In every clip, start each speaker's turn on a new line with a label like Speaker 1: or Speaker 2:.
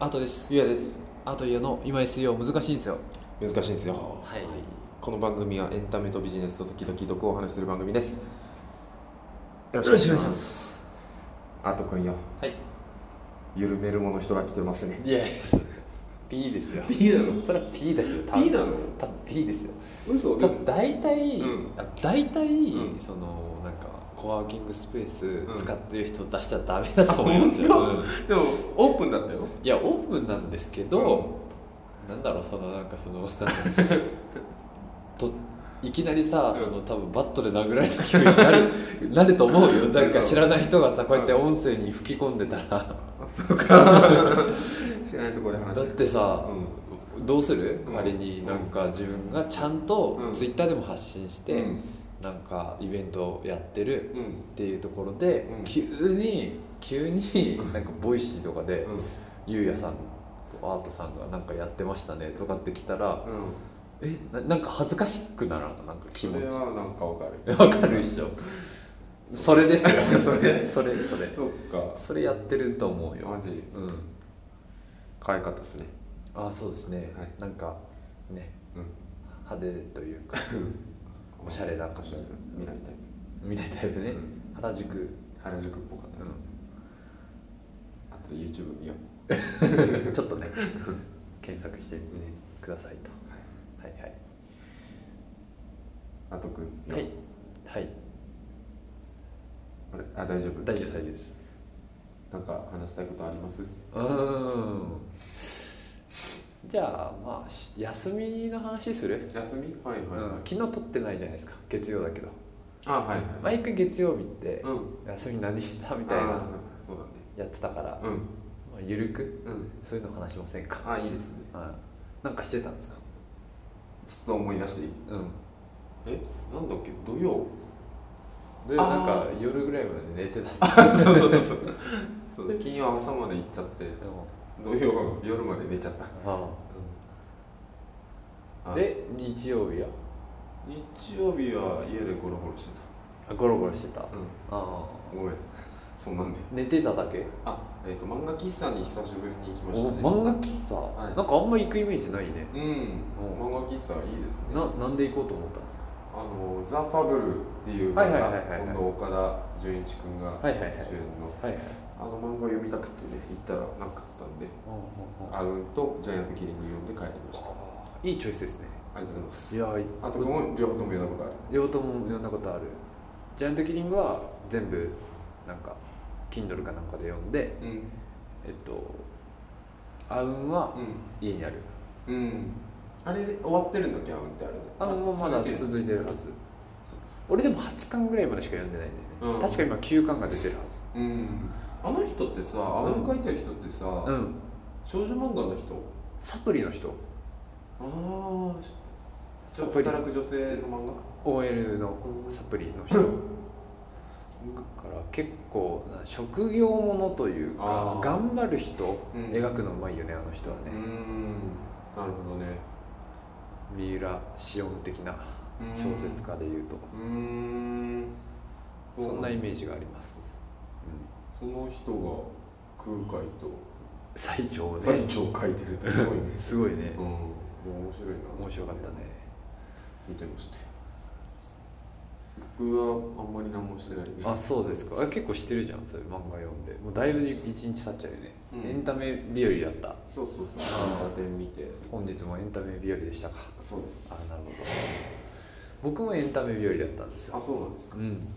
Speaker 1: アートです
Speaker 2: ゆうやです
Speaker 1: アートイヤの今 SEO 難しいんですよ
Speaker 2: 難しいんですよ
Speaker 1: はい
Speaker 2: この番組はエンタメとビジネスと時々毒をお話しする番組ですよ
Speaker 1: よろしくお願いします
Speaker 2: あとくんよ
Speaker 1: はい
Speaker 2: 緩めるもの人が来てますね
Speaker 1: いや P ですよ
Speaker 2: P なの
Speaker 1: それは P ですよ多分
Speaker 2: P なの
Speaker 1: 多分 P ですよ
Speaker 2: 嘘
Speaker 1: 多分大体、
Speaker 2: うん
Speaker 1: あ大体、
Speaker 2: うん
Speaker 1: そのなんかコワーキングスペー
Speaker 2: ん
Speaker 1: ス使ってる人出しちゃダメだと思いますよ、
Speaker 2: あ本当
Speaker 1: うん
Speaker 2: でもオープンだったよ
Speaker 1: いやオープンなんですけど、なんだろうそのなんかそのなんかといきなりさその多分バットで殴られた気分になる なると思うよなんか知らない人がさこうやって音声に吹き込んでたら
Speaker 2: 知らないところで話
Speaker 1: だっ
Speaker 2: して
Speaker 1: てさ、どうする
Speaker 2: うん
Speaker 1: 仮になんか自分がちゃんと
Speaker 2: うん
Speaker 1: ツイッターでも発信して、
Speaker 2: うん
Speaker 1: なんかイベントをやってる
Speaker 2: うん
Speaker 1: っていうところで、
Speaker 2: うん
Speaker 1: 急に急になんかボイシーとかで。
Speaker 2: うん
Speaker 1: ゆうやさんとアートさんがなんかやってましたねとかって来たらえななんか恥ずかしくならんなんか気
Speaker 2: そ
Speaker 1: 持
Speaker 2: れ
Speaker 1: ち
Speaker 2: はなんかわかる
Speaker 1: わかるっしょそれですよ
Speaker 2: それ
Speaker 1: それそれ
Speaker 2: そっか
Speaker 1: それやってると思うよ
Speaker 2: マジ
Speaker 1: うん
Speaker 2: 可愛かったですね
Speaker 1: ああそうですね、
Speaker 2: はい
Speaker 1: なんかね
Speaker 2: うん
Speaker 1: 派手というかおしゃれな感
Speaker 2: お
Speaker 1: じ
Speaker 2: しゃれ見ないタイ
Speaker 1: みたいなタイプね、
Speaker 2: うん
Speaker 1: 原宿、
Speaker 2: プ原宿っぽかったねあと YouTube 見よう
Speaker 1: うん、 ちょっとね検索してみてくださいと、はいはい
Speaker 2: あとくんよ
Speaker 1: はいはい
Speaker 2: あれあ大丈夫
Speaker 1: 大丈夫大丈夫です
Speaker 2: なんか話したいことあります
Speaker 1: うーんじゃあまあし休みの話する、
Speaker 2: 休みはいはい、
Speaker 1: うん、昨日撮ってないじゃないですか月曜だけど
Speaker 2: あはいはい
Speaker 1: 毎回月曜日って
Speaker 2: うん
Speaker 1: 休み何したみ
Speaker 2: み
Speaker 1: たいな
Speaker 2: そうだね
Speaker 1: やってたから、ま
Speaker 2: うん
Speaker 1: あ、ゆるく
Speaker 2: うん
Speaker 1: そういうの話しませんか、
Speaker 2: あいいですね
Speaker 1: はいなんかしてたんですか
Speaker 2: ちょっと思い出していい
Speaker 1: うん
Speaker 2: えなんだっけ土曜
Speaker 1: で
Speaker 2: あー
Speaker 1: なんか夜ぐらいまで寝てたって
Speaker 2: そうそうそうそうそう金曜朝まで行っちゃって
Speaker 1: でも
Speaker 2: 土曜夜まで寝ちゃった、
Speaker 1: あ
Speaker 2: あ
Speaker 1: で日曜日は
Speaker 2: 日曜日は家でゴロゴロして
Speaker 1: あゴロゴロしてたあ
Speaker 2: たうん
Speaker 1: あ
Speaker 2: ごめんそんなんで
Speaker 1: 寝てただけ
Speaker 2: あえっ、と漫画喫茶に久しぶりに行きまし
Speaker 1: お
Speaker 2: たね
Speaker 1: 漫画喫茶、
Speaker 2: はい
Speaker 1: なんかあんま行くイメージないね
Speaker 2: うん漫画喫茶いいですね
Speaker 1: ななんで行こうと思ったんですか
Speaker 2: あのザ・ファブルっていう漫画、
Speaker 1: はいはいはいはいはい
Speaker 2: 今度岡田准一君が
Speaker 1: はいはいはい
Speaker 2: 主演の、
Speaker 1: はいはい
Speaker 2: あの漫画を読みたくてね行ったらなかったんで
Speaker 1: あ
Speaker 2: アウンとジャイアントキリング読んで帰りましたあ
Speaker 1: いいチョイスですね
Speaker 2: りがとうございます
Speaker 1: いや
Speaker 2: あとこも両方とも読んだことある
Speaker 1: 両方とも読んだことあるジャイアントキリングは全部なんか Kindle かなんかで読んで
Speaker 2: うん
Speaker 1: えっとアウンは家にある
Speaker 2: うんうんあれで終わってるんだっけアウンってあれで
Speaker 1: アウンもまだ続いてるはず
Speaker 2: そうかそ
Speaker 1: 俺でも8巻ぐらいまでしか読んでないんだよね、
Speaker 2: うん
Speaker 1: 確か今9巻が出てるはず
Speaker 2: うかうんあの人ってさアウン書いてる人ってさ、
Speaker 1: うん
Speaker 2: 少女漫画の人
Speaker 1: サプリの人
Speaker 2: ああ
Speaker 1: サプリ
Speaker 2: 働く女性の漫画
Speaker 1: OL の
Speaker 2: うん
Speaker 1: サプリの人だから結構な職業ものというか
Speaker 2: あー
Speaker 1: 頑張る人を
Speaker 2: うん
Speaker 1: 描くのうまいよねあの人は
Speaker 2: う
Speaker 1: ね
Speaker 2: んなるほどね
Speaker 1: 三浦紫音的な小説家でいうと
Speaker 2: うーん
Speaker 1: そんなイ
Speaker 2: 意味
Speaker 1: メージがあります
Speaker 2: その人が空海と
Speaker 1: 最長
Speaker 2: 最
Speaker 1: ね
Speaker 2: 澄を書いてるってすごいね
Speaker 1: すごいね
Speaker 2: うん面白いな
Speaker 1: 面白かったね
Speaker 2: 見てましたよ僕はあんまり何もしてないんで
Speaker 1: あそうですかあ結構してるじゃんそれ漫画読んでもうだいぶ一日経っちゃうよね
Speaker 2: うん
Speaker 1: エンタメ日和だった
Speaker 2: そうそうそう
Speaker 1: あー
Speaker 2: 漫画展見て
Speaker 1: 本日もエンタメ日和でしたか
Speaker 2: そうです
Speaker 1: あなるほど僕もエンタメ日和だったんですよ
Speaker 2: あそうなんですか
Speaker 1: うん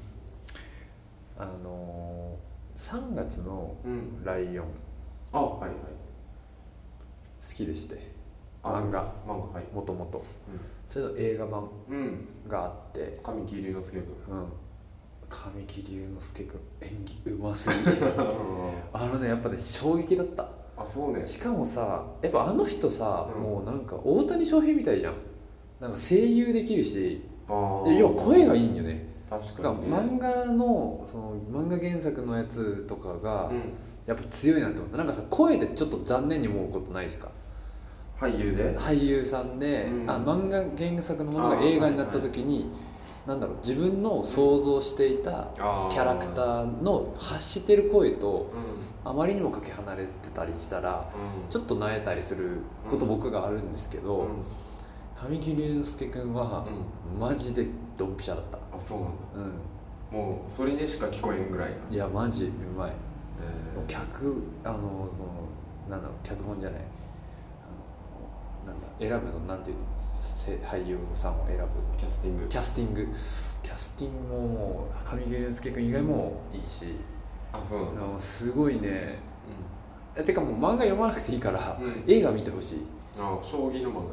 Speaker 1: あのー、3月の
Speaker 2: うん
Speaker 1: ライオン好
Speaker 2: あはいはい
Speaker 1: きでして
Speaker 2: あ
Speaker 1: 漫画
Speaker 2: 漫画はい
Speaker 1: もともと
Speaker 2: うん
Speaker 1: それの映画版
Speaker 2: うん
Speaker 1: があって
Speaker 2: 神木隆之介君
Speaker 1: うん神木隆之介君演技うますぎ てあのねやっぱね衝撃だった
Speaker 2: あそうね
Speaker 1: しかもさやっぱあの人さ、
Speaker 2: うん
Speaker 1: もうなんか大谷翔平みたいじゃんなんか声優できるし
Speaker 2: あー
Speaker 1: で要は声がいいんよね
Speaker 2: 確
Speaker 1: だから
Speaker 2: かにね
Speaker 1: 漫画のその漫画原作のやつとかが
Speaker 2: うん
Speaker 1: やっぱ強いなって思ったなんかさ声でちょっと残念に思うことないですか
Speaker 2: 俳優で
Speaker 1: 俳優さんで、
Speaker 2: うん
Speaker 1: あ漫画原作のもの
Speaker 2: あ
Speaker 1: が
Speaker 2: ー
Speaker 1: 映画になった時に、なんだろう自分の想像していた
Speaker 2: あ
Speaker 1: キャラク
Speaker 2: ー
Speaker 1: ターの発してる声と
Speaker 2: うん
Speaker 1: あまりにもかけ離れてたりしたらちょっと萎えたりすること僕があるんですけ
Speaker 2: うんう
Speaker 1: ど
Speaker 2: ん
Speaker 1: 神木隆之介君はマジでドンピシャだった
Speaker 2: あそうなんだ
Speaker 1: う
Speaker 2: もうそれにしか聞こえんぐらいな、
Speaker 1: んいやマジうまい
Speaker 2: えー
Speaker 1: 脚あのそのなんだろう脚本じゃないあのなんだ選ぶのなんていうのせ俳優さんを選ぶ
Speaker 2: キャスティング
Speaker 1: キャスティングキャスティングももう上木隆介君以外もいいし、
Speaker 2: あそうなんだ、
Speaker 1: あのすごいねえてかもう漫画読まなくていいから、
Speaker 2: うん
Speaker 1: 映画見てほし
Speaker 2: あ将棋の漫画だっ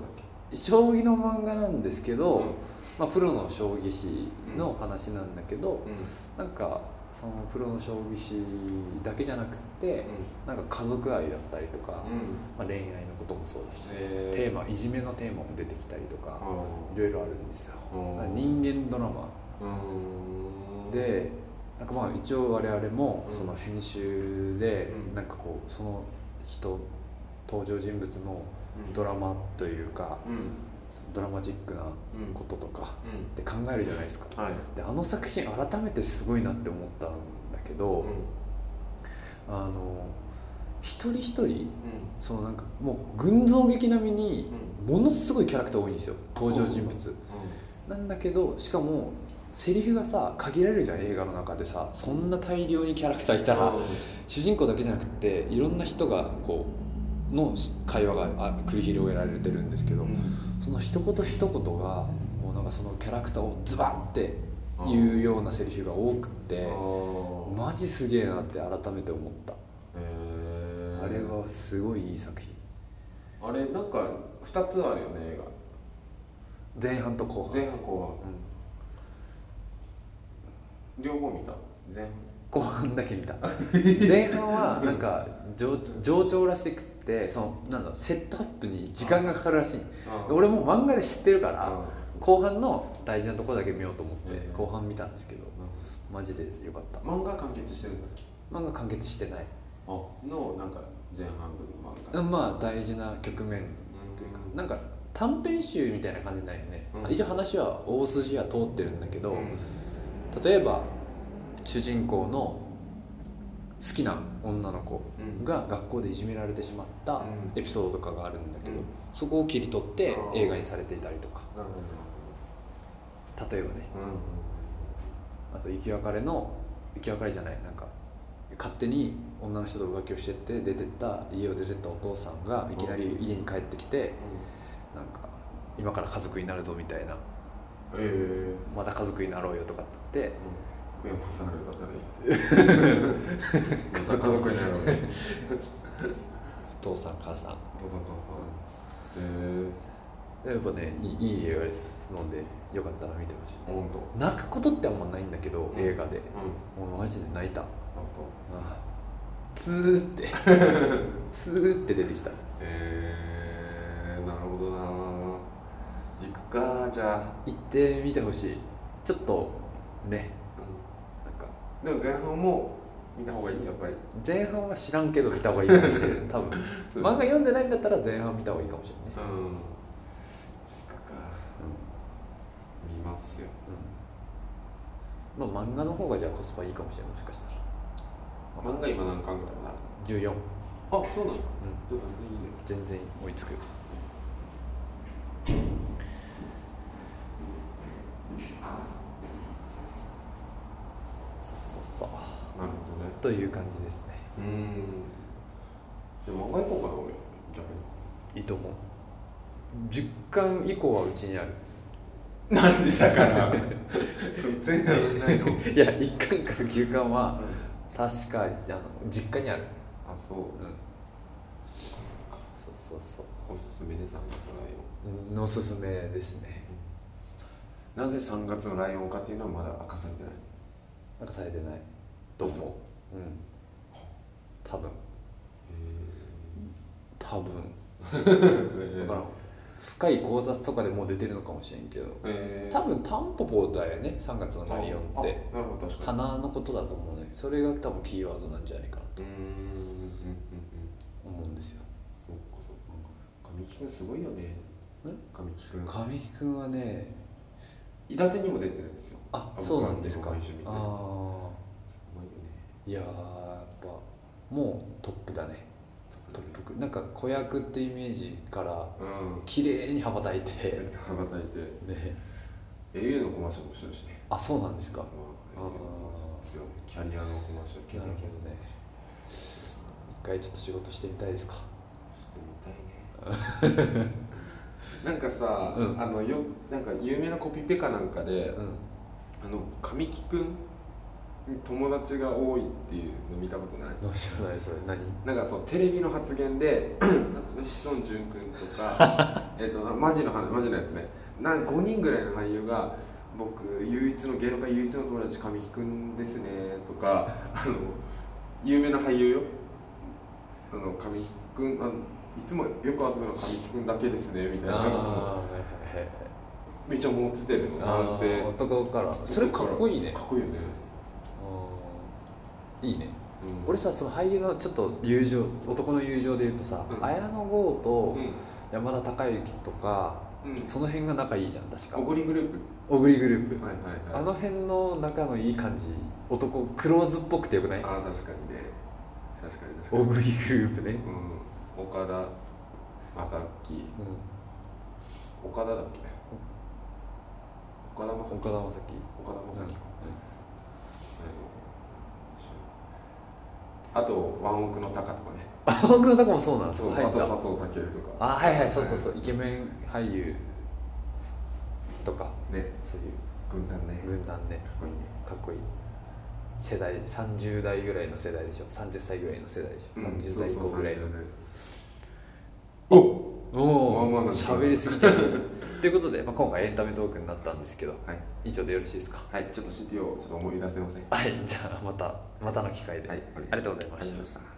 Speaker 2: け
Speaker 1: い将棋の漫画なんですけど、まあ、プロの将棋士の話なんだけど、
Speaker 2: うんうん
Speaker 1: なんかそのプロの将棋士だけじゃなくってなんか家族愛だったりとか、
Speaker 2: うんうん
Speaker 1: まあ、恋愛のこともそうですし、
Speaker 2: えー
Speaker 1: テーマいじめのテーマも出てきたりとか
Speaker 2: あ
Speaker 1: い
Speaker 2: ー
Speaker 1: ろいろあるんですよ
Speaker 2: うん
Speaker 1: 人間ドラマ
Speaker 2: うーん
Speaker 1: でなんかまあ一応我々も
Speaker 2: うん
Speaker 1: その編集で
Speaker 2: うん
Speaker 1: なんかこうその人登場人物のドラマというか
Speaker 2: うんうん
Speaker 1: そのドラマチックな
Speaker 2: うん
Speaker 1: こととか
Speaker 2: う
Speaker 1: って考えるじゃないですか
Speaker 2: んはい
Speaker 1: であの作品改めてすごいなって思ったんだけ
Speaker 2: う
Speaker 1: ど
Speaker 2: ん
Speaker 1: あの一人一人そのなんかもう群像劇並みにものすごいキャラクター多いんですよ登場人物なんだけどしかもセリフがさ限られるじゃん映画の中でさそんな大量にキャラクターいたら
Speaker 2: うん
Speaker 1: 主人公だけじゃなくていろんな人がこうのし会話があ繰り広げられてるんですけどその一言一言がもうなんかそのキャラクターをズバンって言うようなセリフが多くて
Speaker 2: あ
Speaker 1: マジすげえなって改めて思った
Speaker 2: ーへー
Speaker 1: あれはすごいいい作品
Speaker 2: あれなんか二つあるよね映
Speaker 1: 前半と後
Speaker 2: 画
Speaker 1: 半
Speaker 2: 前半後
Speaker 1: うん
Speaker 2: 半両方見た前
Speaker 1: 後半だけ見た前半はなんか上上長らしくってそのなんだろうセットアップに時間がかかるらしい
Speaker 2: 半
Speaker 1: 俺もう漫画で知ってるか
Speaker 2: あ
Speaker 1: ら
Speaker 2: ー
Speaker 1: 後半の大事なとこだけ見ようと思って
Speaker 2: うん
Speaker 1: 後半見たんですけどマジでよかった
Speaker 2: 漫画完結してるんだっけ
Speaker 1: 漫画完結してない
Speaker 2: あのなんか前半分の漫画
Speaker 1: まあ大事な局面というかなんか短編集みたいな感じなんよね
Speaker 2: うん
Speaker 1: 一応話は大筋は通ってるんだけど
Speaker 2: うん
Speaker 1: 例えば主人公の好きな女の子
Speaker 2: うん
Speaker 1: が学校でいじめられてしまった
Speaker 2: うん
Speaker 1: エピソードとかがあるんだけど、
Speaker 2: うん
Speaker 1: そこを切り取って
Speaker 2: あー
Speaker 1: 映画にされていたりとか
Speaker 2: なるほ
Speaker 1: 例えばね
Speaker 2: ど
Speaker 1: あと生き別れの生き別れじゃないなんか勝手に女の人と浮気をしてって出てった家を出てったお父さんがいきなり家に帰ってきてなんか今から家族になるぞみたいな
Speaker 2: うんうんええ
Speaker 1: また家族になろうよとかって言って
Speaker 2: 福山さんが歌ったらいい家族の声になるわけお
Speaker 1: お父さん母さん
Speaker 2: 父さんお母さんえ
Speaker 1: やっぱねいいいい映画ですのでよかったら見てほしい
Speaker 2: え本当
Speaker 1: 泣くことってあんまないんだけど
Speaker 2: うん
Speaker 1: 映画で
Speaker 2: うん
Speaker 1: もうマジで泣いた
Speaker 2: 本当
Speaker 1: ああツーって ツーって出てきた
Speaker 2: ええなるほどな行くかじゃあ、
Speaker 1: 行ってみてほしいちょっとね
Speaker 2: う
Speaker 1: なんか
Speaker 2: ん、でも前半も見た方がいいやっぱり
Speaker 1: 前半は知らんけど見た方がいいかもしれ ない多分漫画読んでないんだったら前半見た方がいいかもしれないね、
Speaker 2: うん行くか見ますよ
Speaker 1: うんまあ漫画の方がじゃあコスパいいかもしれないもしかしたら
Speaker 2: 漫画今何巻ぐらいまで
Speaker 1: 14
Speaker 2: あるあそうなんだちょっといいね
Speaker 1: 全然追いつくよそうそうそう
Speaker 2: なるほどね
Speaker 1: という感じですね
Speaker 2: うんじゃあ漫画行こうかな俺逆
Speaker 1: い
Speaker 2: に
Speaker 1: いと思う10巻以降はうちにある
Speaker 2: なんでだから全然ない の
Speaker 1: いや1巻から9巻は確かあの実家にある、
Speaker 2: あそう
Speaker 1: うん、そうそうそう
Speaker 2: おすすめね3月のライ
Speaker 1: うんおすすめですね
Speaker 2: オンなぜ3月のライオンかっていうのはまだ明かされてない
Speaker 1: なんかされてないどう
Speaker 2: あそう
Speaker 1: もうん多分多分だからん深い考察とかでもう出てるのかもしれんけど
Speaker 2: え
Speaker 1: 多分タンポポだよね3月のライオンって
Speaker 2: なるほど確かに
Speaker 1: 花のことだと思うねそれが多分キーワードなんじゃないかな
Speaker 2: うーんうんうんうん
Speaker 1: と思うんですよ
Speaker 2: そっかそっか神木君すごいよね
Speaker 1: え
Speaker 2: 神木君
Speaker 1: 神木君はね
Speaker 2: 伊達にも出てるんですよ
Speaker 1: あ
Speaker 2: アボ
Speaker 1: そう
Speaker 2: カ
Speaker 1: な
Speaker 2: ド
Speaker 1: んですか
Speaker 2: と一緒にね
Speaker 1: あ
Speaker 2: う
Speaker 1: あ
Speaker 2: まいよね
Speaker 1: いやーやっぱもうトップだねトップなんか子役ってイメージから
Speaker 2: うん
Speaker 1: 綺麗に羽ばたい て
Speaker 2: 羽ばたいて
Speaker 1: ね
Speaker 2: au のコマーシャルもしてるしね
Speaker 1: あそうなんですか
Speaker 2: まあ au のコマーシャルも強いキャリアのコマーシャルキャ
Speaker 1: な
Speaker 2: リ
Speaker 1: る
Speaker 2: アの
Speaker 1: ほどね一回ちょっと仕事してみたいですか
Speaker 2: してみたいね なんかさ、
Speaker 1: うん
Speaker 2: あのよなんか有名なコピペかなんかで、
Speaker 1: うん
Speaker 2: あの神木くんに友達が多いっていうの見たことない
Speaker 1: どうしようもないそれ何
Speaker 2: なんかそうテレビの発言で 志尊淳君とかえっとマジの話マジのやつねなん5人ぐらいの俳優が「僕唯一の芸能界唯一の友達神木君ですね」と かあの有名な俳優よあの神木君あのいつもよく遊ぶのは神木君だけですねみたいななんかその
Speaker 1: あーはいはいはいはい
Speaker 2: めっちゃモテてるの男
Speaker 1: あー
Speaker 2: 性
Speaker 1: 男からそれかっこいいね
Speaker 2: かっこいいよね、
Speaker 1: うんいいね
Speaker 2: うん、
Speaker 1: 俺さその俳優のちょっと友情男の友情で言うとさ、
Speaker 2: うん
Speaker 1: 綾野剛と
Speaker 2: う
Speaker 1: 山田孝之とか、
Speaker 2: んうん
Speaker 1: その辺が仲いいじゃん確か
Speaker 2: おごりグルー
Speaker 1: 小栗グルー
Speaker 2: プ
Speaker 1: プ、
Speaker 2: はいはいは
Speaker 1: あ
Speaker 2: い
Speaker 1: の辺の仲のいい感じ男クローズっぽくてよくない
Speaker 2: あー確かにね確かに確かに
Speaker 1: 小栗グループね、
Speaker 2: うん、岡田正樹
Speaker 1: う
Speaker 2: 岡田だっけ岡田正
Speaker 1: ん、岡
Speaker 2: 樹
Speaker 1: 田将
Speaker 2: 岡田
Speaker 1: 生
Speaker 2: 正樹か、あとワンオクの鷹とかね
Speaker 1: あ僕のとこもそうなんです
Speaker 2: そう
Speaker 1: か入
Speaker 2: あ
Speaker 1: った
Speaker 2: と佐藤健とか
Speaker 1: あはいはいそうそうそうイケメン俳優とか
Speaker 2: ね
Speaker 1: そういう
Speaker 2: 軍団ね
Speaker 1: 軍団ね
Speaker 2: かっこいいね
Speaker 1: かっこいい世代30代ぐらいの世代でしょ30歳ぐらいの世代でしょ、30代以降ぐらいの
Speaker 2: のお
Speaker 1: も
Speaker 2: まあ
Speaker 1: う
Speaker 2: まあなんか
Speaker 1: 喋りすぎてるということで、まあ、今回エンタメトークになったんですけど
Speaker 2: はい
Speaker 1: 以上でよろしいですか
Speaker 2: はいちょっと CT をちょっと思い出せません
Speaker 1: はいじゃあまたまたの機会で、
Speaker 2: はい
Speaker 1: ありがとうございました
Speaker 2: ありがとうございました